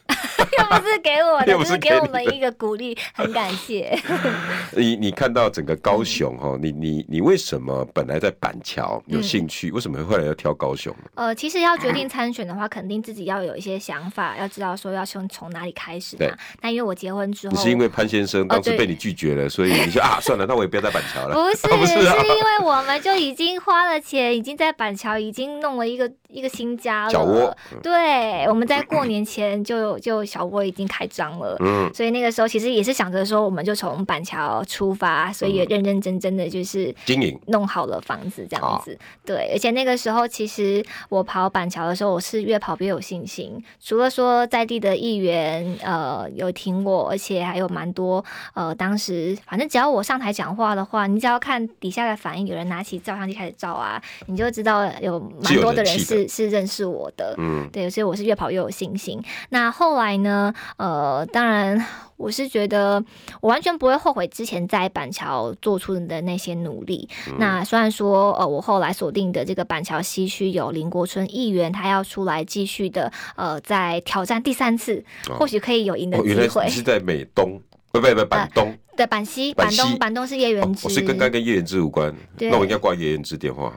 又不是给我的，
(laughs) 又不
就是是
给
给
你
我
的
们一个鼓励，很感谢。
(laughs) 你你看到整个高雄
嗯
哈，你你你为什么本来在板桥有兴趣，为什么后来要挑高雄？
呃，其实要决定参选的话，肯定自己要有一些想法，要知道说要从从哪里开始
对
嘛。那因为我结婚之后，
你是因为潘先生当初
哦对哦
被你拒绝了，所以你
(laughs)
说啊，算了，那我也不要在板桥了。 (laughs)
不是、
不是
是
啊
因为我们就已经花了钱，已经在板桥已经弄了一个一个新家了。
小窝
对，我们在过年前就就小窝已经开张了。
嗯，
所以那个时候其实也是想着说，我们就从板桥出发，所以
嗯
也认认真真的就是
经营
弄好了房子这样子。对，而且那个时候其实我跑板桥的时候，我是越跑越有信心。除了说在地的议员呃有挺我，而且还有蛮多呃当时反正只要我上台讲话的话，你只要看底下的反应，有人拿起照相机开始照啊，你就知道有蛮多的人
是有人
是是认识我的。
嗯，
对，所以我是越跑越有信心。那后来呢？呃，当然，我是觉得我完全不会后悔之前在板桥做出的那些努力。
嗯
那虽然说，呃，我后来锁定的这个板桥西区有林国春议员，他要出来继续的，呃，在挑战第三次，
哦
或许可以有赢的
哦，
机
原来
会。啊
你是在美东，不不不，板东。
对，板西、
板
板
西
东、板东是叶
哦
元之。
我是跟刚跟叶元之无关，
对
那我应该挂叶元之电话。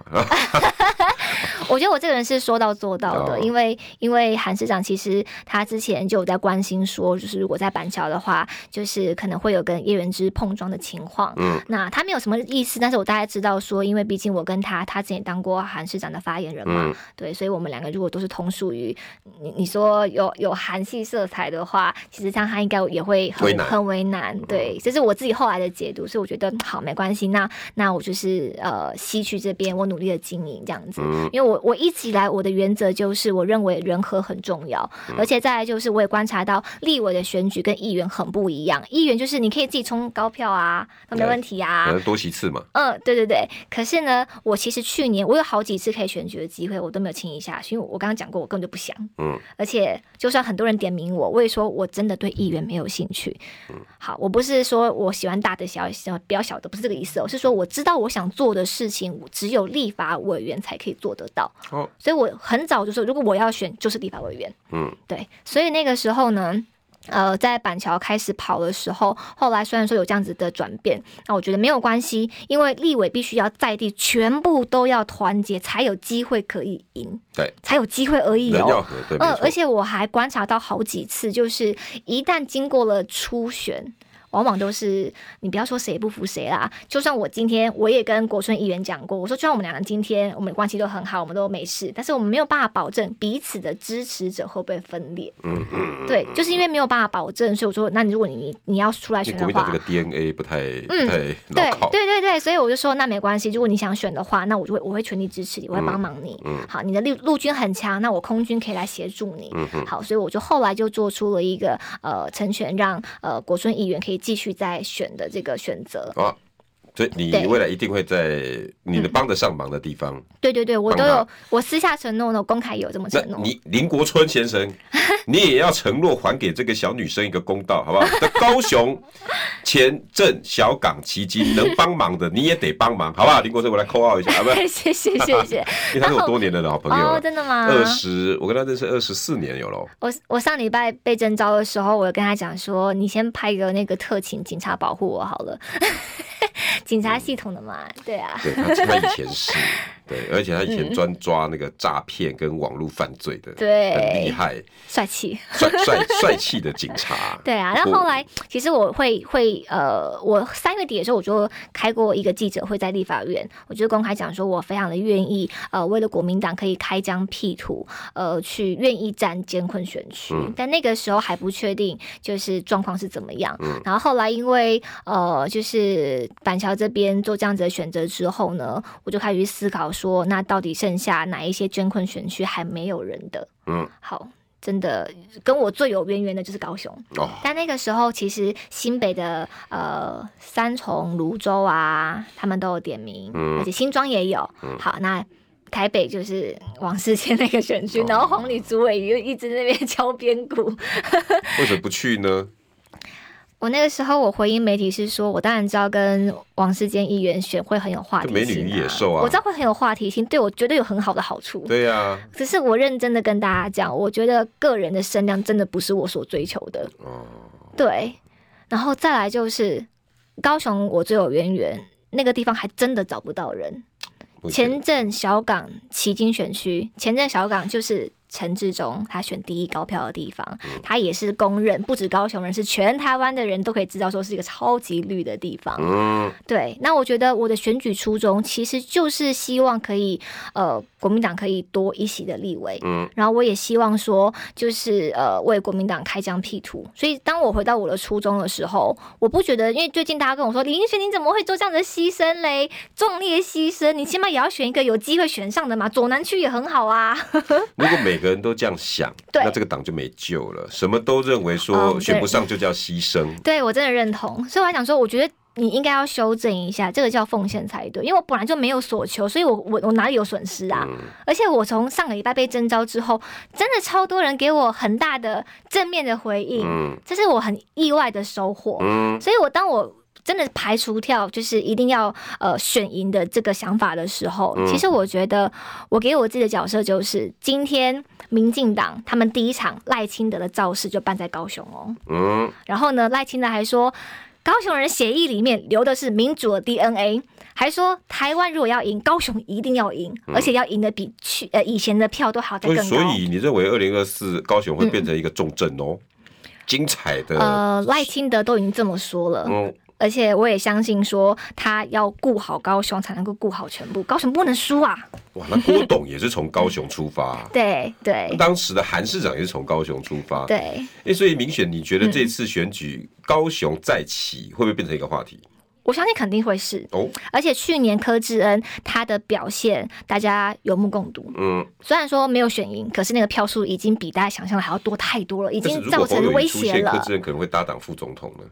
我觉得我这个人是说到做到的，
哦
因为因为韩市长其实他之前就有在关心说，就是如果在板桥的话，就是可能会有跟叶元之碰撞的情况。
嗯，
那他没有什么意思，但是我大概知道说，因为毕竟我跟他，他之前也当过韩市长的发言人嘛，
嗯
对，所以我们两个如果都是同属于你你说有有韩系色彩的话，其实这样他应该也会很
为难嗯
很为难。对，这是我自己后来的解读，所以我觉得好没关系，那那我就是呃西区这边我努力的经营这样子，
嗯
因为我我一直以来我的原则就是我认为人和很重要，
嗯
而且再来就是我也观察到立委的选举跟议员很不一样，议员就是你可以自己冲高票啊，那没问题啊
反，正多其次嘛。
嗯，对对对。可是呢，我其实去年我有好几次可以选举的机会，我都没有轻易下去，因为我刚刚讲过，我根本就不想。
嗯，
而且就算很多人点名我，我也说我真的对议员没有兴趣。好，我不是说我喜欢大的小小比较小的，不是这个意思哦，我是说我知道我想做的事情，我只有立法委员才可以做得到。
哦，
所以我很早就说，如果我要选，就是立法委员。
嗯，
对，所以那个时候呢。呃，在板桥开始跑的时候，后来虽然说有这样子的转变，那我觉得没有关系，因为立委必须要在地全部都要团结，才有机会可以赢，
对，
才有机会而已
人要
哦。
和对，没
嗯，而
错。
且我还观察到好几次，就是一旦经过了初选，往往都是你不要说谁不服谁啦。就算我今天我也跟国春议员讲过，我说就算我们两个今天我们关系都很好，我们都没事，但是我们没有办法保证彼此的支持者会不会分裂。
嗯嗯，
对，就是因为没有办法保证，所以我说，那如果你你要出来
因
选
为国
的
民党
话
这个，DNA 不太不
嗯
太
对
牢靠，
对对对，所以我就说那没关系，如果你想选的话，那我就会我会全力支持你，我会帮忙你。
嗯
好，你的陆陆军很强，那我空军可以来协助你。
嗯哼，
好，所以我就后来就做出了一个呃成全让呃国春议员可以继续再选的这个选择。
啊，所以你
对
未来一定会在你的帮得上忙的地方。
对对对，我都
帮
有我私下承诺呢，我公开也有这么
那
承诺。
你林国春先生，你也要承诺还给这个小女生一个公道，好不好？ (laughs) 在高雄前镇小港奇迹能帮忙的你也得帮忙，好不好？林国春，我来扣号一下，啊，不，因
(laughs) 谢谢谢谢
为他是我多年的老 (laughs) 朋友
哦，
了，
真的吗？
二十，我跟他认识二十四年有了。
我我上礼拜被征召的时候，我有跟他讲说，你先拍个那个特勤警察保护我好了， (laughs) 警察系统的嘛，对啊，
对他，他以前是，对，而且他
嗯
以前专抓那个诈骗跟网络犯罪的，
对
很厉害，
帅气。
帅帅帅气的警察。
(laughs) 对啊，
不
然后
过
后来其实我会会呃，我三月底的时候我就开过一个记者会，在立法院，我就公开讲说，我非常的愿意呃，为了国民党可以开疆辟土，呃，去愿意站艰困选区，
嗯
但那个时候还不确定就是状况是怎么样。然后后来因为呃，就是板桥这边做这样子的选择之后呢，我就开始去思考说，那到底剩下哪一些艰困选区还没有人的？
嗯，
好。真的跟我最有渊源的就是高雄，
哦，
但那个时候，其实新北的呃三重、泸州啊，他们都有点名，而且新庄也有。好，那台北就是王世坚那个选 (laughs) 区，
哦
然后黄旅主委又一直在那边敲边鼓。
为什么不去呢？
我那个时候，我回应媒体是说，我当然知道跟王世坚议员选会很有话题性、啊，
跟美女与野兽啊
我知道会很有话题性，对我绝对有很好的好处。
对呀、啊
只是我认真的跟大家讲，我觉得个人的声量真的不是我所追求的。
哦，
对，然后再来就是高雄，我最有渊源，那个地方还真的找不到人。
目前
前镇小港旗津选区，前镇小港就是陈志忠他选第一高票的地方，
嗯
他也是公认，不止高雄人，是全台湾的人都可以知道说是一个超级绿的地方。
嗯，
对，那我觉得我的选举初衷其实就是希望可以，呃，国民党可以多一席的立委，
嗯，
然后我也希望说，就是呃，为国民党开疆辟土。所以当我回到我的初衷的时候，我不觉得，因为最近大家跟我说，林学你怎么会做这样的牺牲嘞？壮烈牺牲，你起码也要选一个有机会选上的嘛，左南区也很好啊。 (laughs)
如果每个人都这样想，
对
那这个党就没救了。什么都认为
哦
说
对
选不上就叫牺牲，
对我真的认同，所以我还想说，我觉得你应该要修正一下，这个叫奉献才对。因为我本来就没有所求，所以我我我哪里有损失啊？而且我从上个礼拜被征召之后，真的超多人给我很大的正面的回应，
嗯
这是我很意外的收获。
嗯，
所以我当我真的排除掉就是一定要呃选赢的这个想法的时候，
嗯
其实我觉得我给我自己的角色就是，今天民进党他们第一场赖清德的造势就办在高雄哦。
嗯，
然后呢，赖清德还说，高雄人协议里面留的是民主的 DNA，还说台湾如果要赢，高雄一定要赢，而且要赢的比去呃以前的票都还要再
嗯所
更
以
高。
所以你认为二零二四高雄会变成一个重镇哦，精彩的，
嗯呃，赖清德都已经这么说了，
嗯，
而且我也相信说他要顾好高雄，才能够顾好全部，高雄不能输啊！。
哇，那郭董也是从高雄出发啊
对对
当时的韩市长也是从高雄出发，
对，
哎，所以明选，你觉得这次选举高雄再起会不会变成一个话题？
我相信肯定会是。
哦，
而且去年柯志恩他的表现，大家有目共睹。
嗯，
虽然说没有选赢，可是那个票数已经比大家想象的还要多太多了，已
但是
经
如
造
果侯
成
友
威
宜出
胁
现，柯
了。
志恩可能会搭档副总统呢。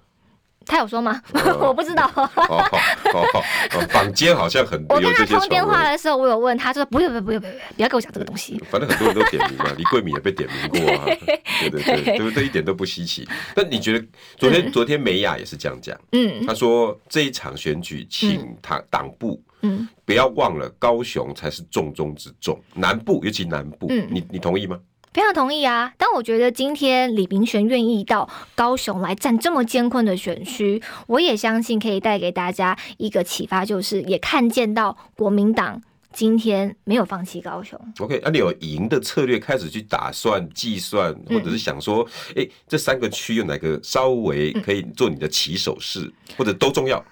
他有说吗？
哦
(laughs) 我不知道。
哦哦哦哦，坊间好像很有
我跟
这
他
些
通电
传
话
闻。
的时候，我有问他说：“不用，不用，不用，不用，不要给我讲这个东西。
反正很多人都点名嘛，李桂敏也被点名
(laughs)
过啊，对对对，对不对？一点都不稀奇。但你觉得昨天昨天美雅也是这样讲，”
嗯
她说这一场选举，请党党部
嗯，
不要忘了，高雄才是重中之重，南部尤其南部
嗯，
你你同意吗？
非常同意啊。但我觉得今天李明玄愿意到高雄来站这么艰困的选区，我也相信可以带给大家一个启发，就是也看见到国民党。今天没有放弃高雄。
OK，那、你啊有赢的策略开始去打算、计算，或
嗯
者是想说，哎、这三个区有哪个稍微
嗯
可以做你的起手式，或者都重要。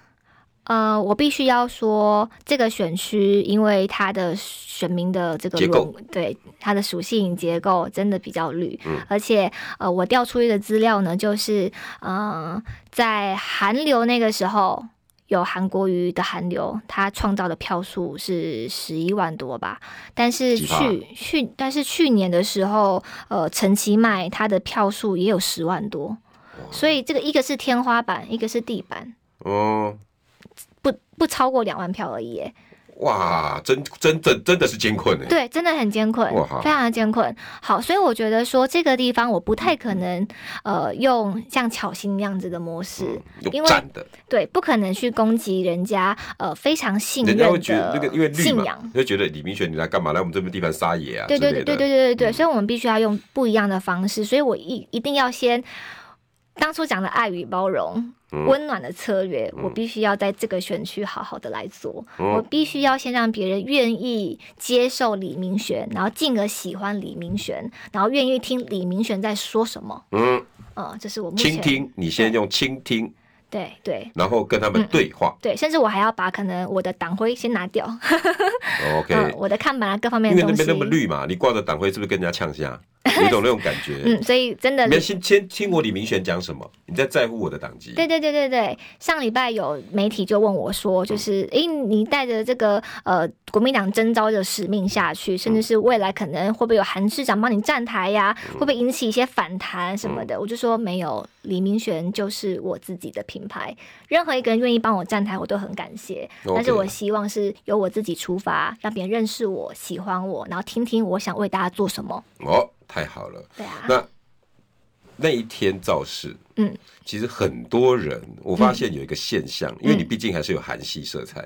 呃，我必须要说，这个选区因为它的选民的这个
结构
轮，对它的属性结构真的比较绿，
嗯
而且呃，我调出一个资料呢，就是呃，在韩流那个时候。有韩国瑜的韩流，他创造的票数是十一万多吧，但是
几趴
去去，但是去年的时候，呃，陈其迈他的票数也有十万多，所以这个一个是天花板，一个是地板，
哦，
不不超过两万票而已耶，
哇，真真的真的是艰困哎。
对，真的很艰困
哇好，
非常的艰困。好，所以我觉得说这个地方我不太可能，
嗯
呃，用像巧心那样子的模式，嗯因
有
为
站的，
对，不可能去攻击人家，呃，非常信
人
任
家会觉得那个因为
的
绿
信
嘛
仰，，
就觉得李明选你来干嘛来我们这边地盘撒野啊之
对
类的
对对对对对对，所以我们必须要用不一样的方式，所以我一一定要先。当初讲的爱与包容、
嗯
温暖的策略，我必须要在这个选区好好的来做。
嗯
我必须要先让别人愿意接受李明玄，然后进而喜欢李明玄，然后愿意听李明玄在说什么。
嗯，
嗯，这是我目前
倾听，你先用倾听，
对对
然后跟他们对话。
对，甚至我还要把可能我的党徽先拿掉，
哦 OK，
嗯， (laughs) 我的看板啊各方面
因
的
为那
东西
边那么。绿嘛，你挂着党徽是不是跟人家呛下？有一种那种感觉。
嗯，所以真的
你要先先听我李明玄讲什么，你再在乎我的党籍。
对对对对对，上礼拜有媒体就问我
嗯
说，就是诶，你带着这个呃国民党征召的使命下去，甚
嗯
至是未来可能会不会有韩市长帮你站台呀、会不会引起一些反弹什
嗯
么的？我就说没有，李明玄就是我自己的品牌，任何一个人愿意帮我站台，我都很感谢。但是
OK
我希望是由我自己出发，让别人认识我、喜欢我，然后听听我想为大家做什么。
哦，太好了。
对啊，
那那一天造势，
嗯，
其实很多人，我发现有一个现象，
嗯
因为你毕竟还是有韩系色彩，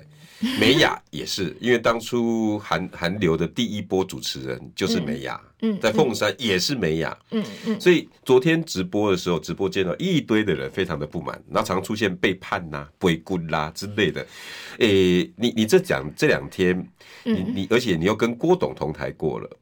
美雅也是，因为当初韩韩流的第一波主持人就是美雅，
嗯嗯
在凤山也是美雅，
嗯嗯，
所以昨天直播的时候，直播间呢一堆的人非常的不满，然后常出现背叛呐、背棍啦之类的。诶、你你这讲这两天，你你而且你又跟郭董同台过了。
嗯哦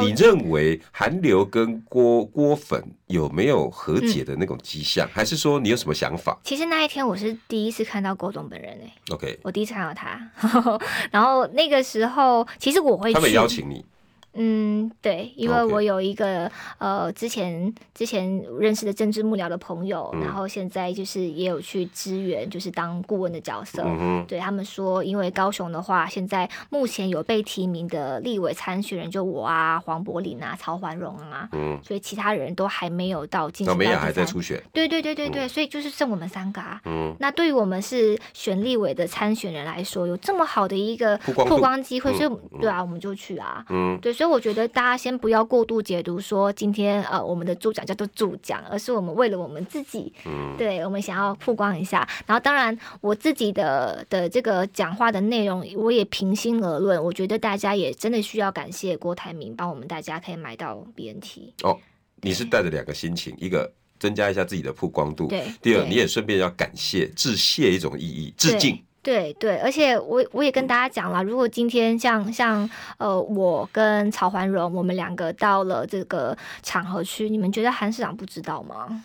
你认为韩流跟郭郭粉有没有和解的那种迹象，还是说你有什么想法
其实那一天我是第一次看到郭总本人欸诶、
？OK，
我第一次看到他， (laughs) 然后那个时候其实我会去，
他们邀请你，
嗯，对，因为
OK
我有一个呃之前之前认识的政治幕僚的朋友，
嗯
然后现在就是也有去支援，就是当顾问的角色。
嗯哼，
对他们说，因为高雄的话，现在目前有被提名的立委参选人就我啊、黄柏林啊、曹环荣啊，
嗯，
所以其他人都还没有到进
那
入
美
到
雅
第
哦还在嗯
三
初选，
对对对对对，所以就是剩我们三个啊。
嗯，
那对于我们是选立委的参选人来说，有这么好的一个
曝光度
曝光机会，所以对啊，我们就去啊。
嗯，
对，所以我觉得大家先不要过度解读说今天呃我们的助讲叫做助讲，而是我们为了我们自己，嗯、对我们想要曝光一下。然后当然我自己的的这个讲话的内容，我也平心而论，我觉得大家也真的需要感谢郭台铭，帮我们大家可以买到 BNT。
哦，你是带着两个心情，一个增加一下自己的曝光度，
对
哦第二
对
你也顺便要感谢致谢一种意义，致
对
敬。。
对对，而且我我也
嗯
跟大家讲了，如果今天像像呃，我跟曹环荣，我们两个到了这个场合去，你们觉得韩市长不知道吗？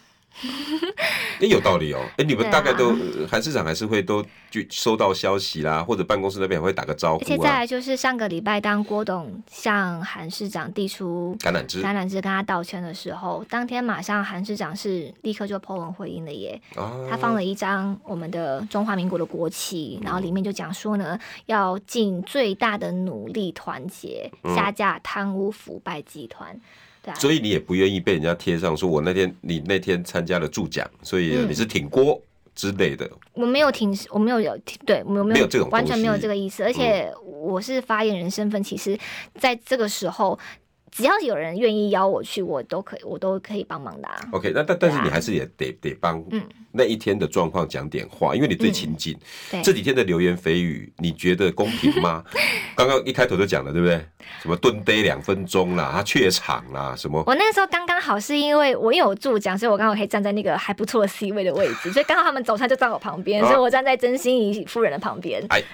哎、有道理哦。哎、你
对
们
啊
大概都呃韩、市长还是会都就收到消息啦，或者办公室那边也会打个招
而且
呼
再
啊，
来就是上个礼拜，当郭董向韩市长递出
橄榄枝
橄榄枝跟他道歉的时候，当天马上韩市长是立刻就 po 文回应了耶。
啊。
他放了一张我们的中华民国的国旗，然后里面就讲说呢，要尽最大的努力团结，
嗯
下架贪污腐败集团。对啊，
所以你也不愿意被人家贴上说我那天你那天参加了助讲，所
嗯
以你是挺锅之类的。
我没有挺，我没有有挺，对我没
没有
有
这种
完全
东西
没有这个意思，而且我是发言人身份，其实在这个时候。只要有人愿意邀我去，我都可以，我都可以帮忙的、啊。
OK，那但但是你还是也得得帮
嗯
那一天的状况讲点话，因为你最亲近。
对，
这几天的流言蜚语，你觉得公平
(laughs)
吗？刚刚一开头就讲了，对不对？什么蹲呆两分钟啦，他怯场啦，什么？
我那时候刚刚好是因为我有助讲，所以我刚好可以站在那个还不错的 C 位的位
(laughs)
置，所以刚好他们走出来就站我旁边，
啊
所以我站在曾心怡夫人的旁边。
哎
(laughs)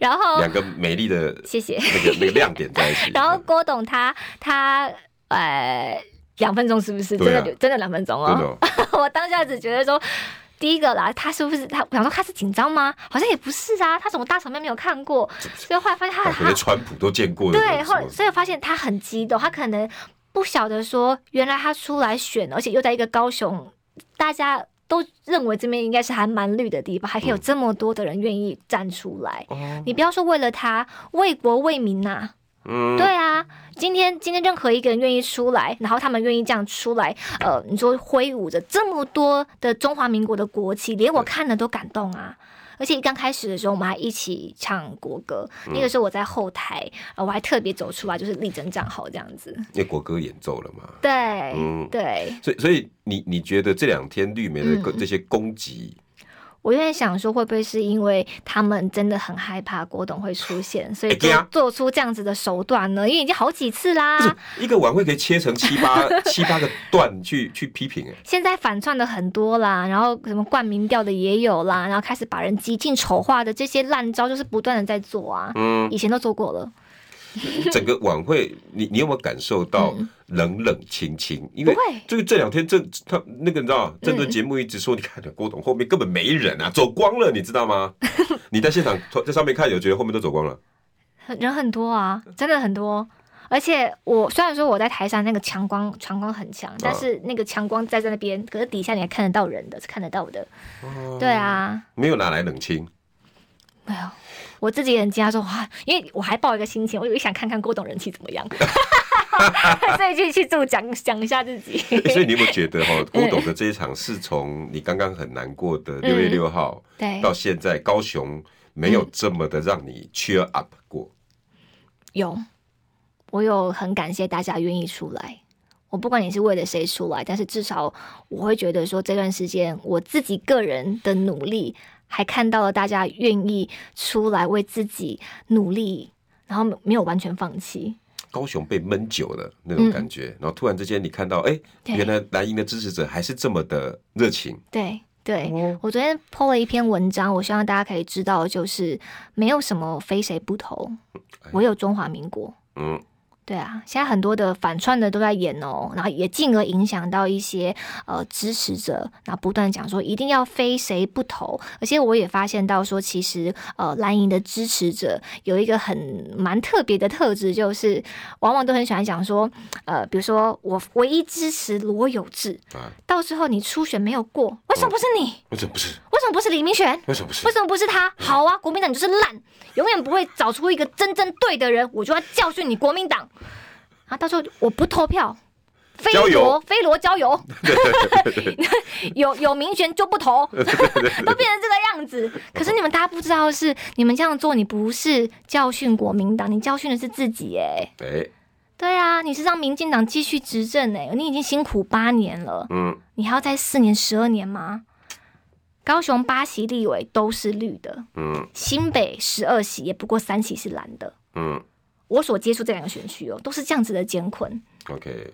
然后
两个美丽的
谢谢，
那个那个亮点在一起。
然后郭董他他呃两分钟是不是真
对
的、
啊
真的两分钟
真的
哦？
哦，
(laughs) 我当下只觉得说。第一个啦，他是不是他？我想说他是紧张吗？好像也不是啊，他怎么大场面没有看过？所以后来发现他
啊可
他
能川普都见过的那
对，
种
后
什
来
么。
所以我发现他很激动，他可能不晓得说，原来他出来选，而且又在一个高雄，大家都认为这边应该是还蛮绿的地方，还可以有这么多的人愿意站出来。
哦
你不要说为了他为国为民呐、
嗯，
对啊，今天今天任何一个人愿意出来，然后他们愿意这样出来，呃，你说挥舞着这么多的中华民国的国旗，连我看了都感动啊！而且刚开始的时候，我们还一起唱国歌，
嗯
那个时候我在后台，呃、我还特别走出来，就是立正站好这样子。
因为国歌演奏了嘛。
对，
嗯
对，
所以，所以你你觉得这两天绿媒的
嗯
这些攻击，
我有点想说，会不会是因为他们真的很害怕郭董会出现，所以做
会怕
做出这样子的手段呢？因为已经好几次啦。
啊不是一个晚会可以切成七
(laughs)
八七八个段去去批评、哎，
现在反串的很多啦，然后什么冠名调的也有啦，然后开始把人激进丑化的这些烂招，就是不断的在做啊。
嗯，
以前都做过了，
整个晚会，你你有没有感受到冷冷清清？因
嗯不
为
会，嗯
这个这两天政他那个你知道，政论节目一直说，你看郭董后面根本没人啊，走光了，你知道
(laughs)
吗？你在现场在上面看，有觉得后面都走光了，
很人很多啊，真的很多。而且我虽然说我在台上那个强光强光很强，但是那个强光在在那边，可是底下你还看得到人的，是看得到的。
嗯
对啊，
没有拿来冷清。
没有。我自己也很惊讶说哇，因为我还抱一个心情，我以为想看看郭董人气怎么样， (laughs) 所以就去助讲讲一下自己。
(laughs) 所以你有没有觉得
嗯
哈，郭董的这一场是从你刚刚很难过的六月六号。
对，
到现在高雄没
嗯
有这么的让你 cheer up 过。
有，我有很感谢大家愿意出来。我不管你是为了谁出来，但是至少我会觉得说这段时间我自己个人的努力，还看到了大家愿意出来为自己努力，然后没有完全放弃。
高雄被闷久了那种感觉，然后突然之间你看到，哎、
嗯对
原来蓝营的支持者还是这么的热情。
对对，我昨天 PO 了一篇文章，我希望大家可以知道，就是没有什么非谁不投，唯有中华民国。
嗯，
对啊，现在很多的反串的都在演哦，然后也进而影响到一些呃支持者，然后不断地讲说一定要非谁不投。而且我也发现到说，其实呃蓝营的支持者有一个很蛮特别的特质，就是往往都很喜欢讲说，呃，比如说我唯一支持罗有志，
啊，
到时候你初选没有过，为什么不是你？
为什么不是？
为什么不是李明选？
为什么不是
为？什么不是他？好啊，国民党你就是烂，永远不会找出一个真正对的人，我就要教训你国民党。然后到时候我不投票，飞
郊
罗
游
飞罗郊游， (laughs) 有有民权就不投，都变成这个样子。可是你们大家不知道的是，你们这样做，你不是教训国民党，你教训的是自己哎、
哎、
对啊，你是让民进党继续执政哎、你已经辛苦八年了，
嗯，
你还要再四年十二年吗？高雄八席立委都是绿的，
嗯，
新北十二席也不过三席是蓝的。
嗯
我所接触这两个选区哦，都是这样子的艰困。
，OK，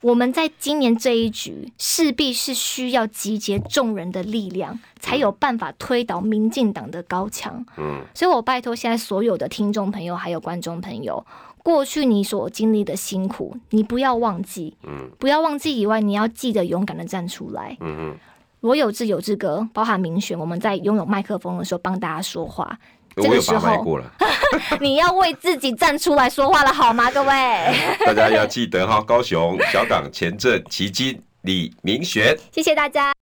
我们在今年这一局，势必是需要集结众人的力量，才有办法推倒民进党的高墙。
嗯，
所以我拜托现在所有的听众朋友还有观众朋友，过去你所经历的辛苦，你不要忘记，
嗯，
不要忘记以外，你要记得勇敢的站出来，
嗯嗯，
罗有志有志哥，包含民选，我们在拥有麦克风的时候帮大家说话。这
我
个
有
时
把脉
候，
过了，
你要为自己站出来说话了，好吗，各位？ (laughs)
大家要记得哈，高雄、小港、前镇、旗津、李明玄。
谢谢大家。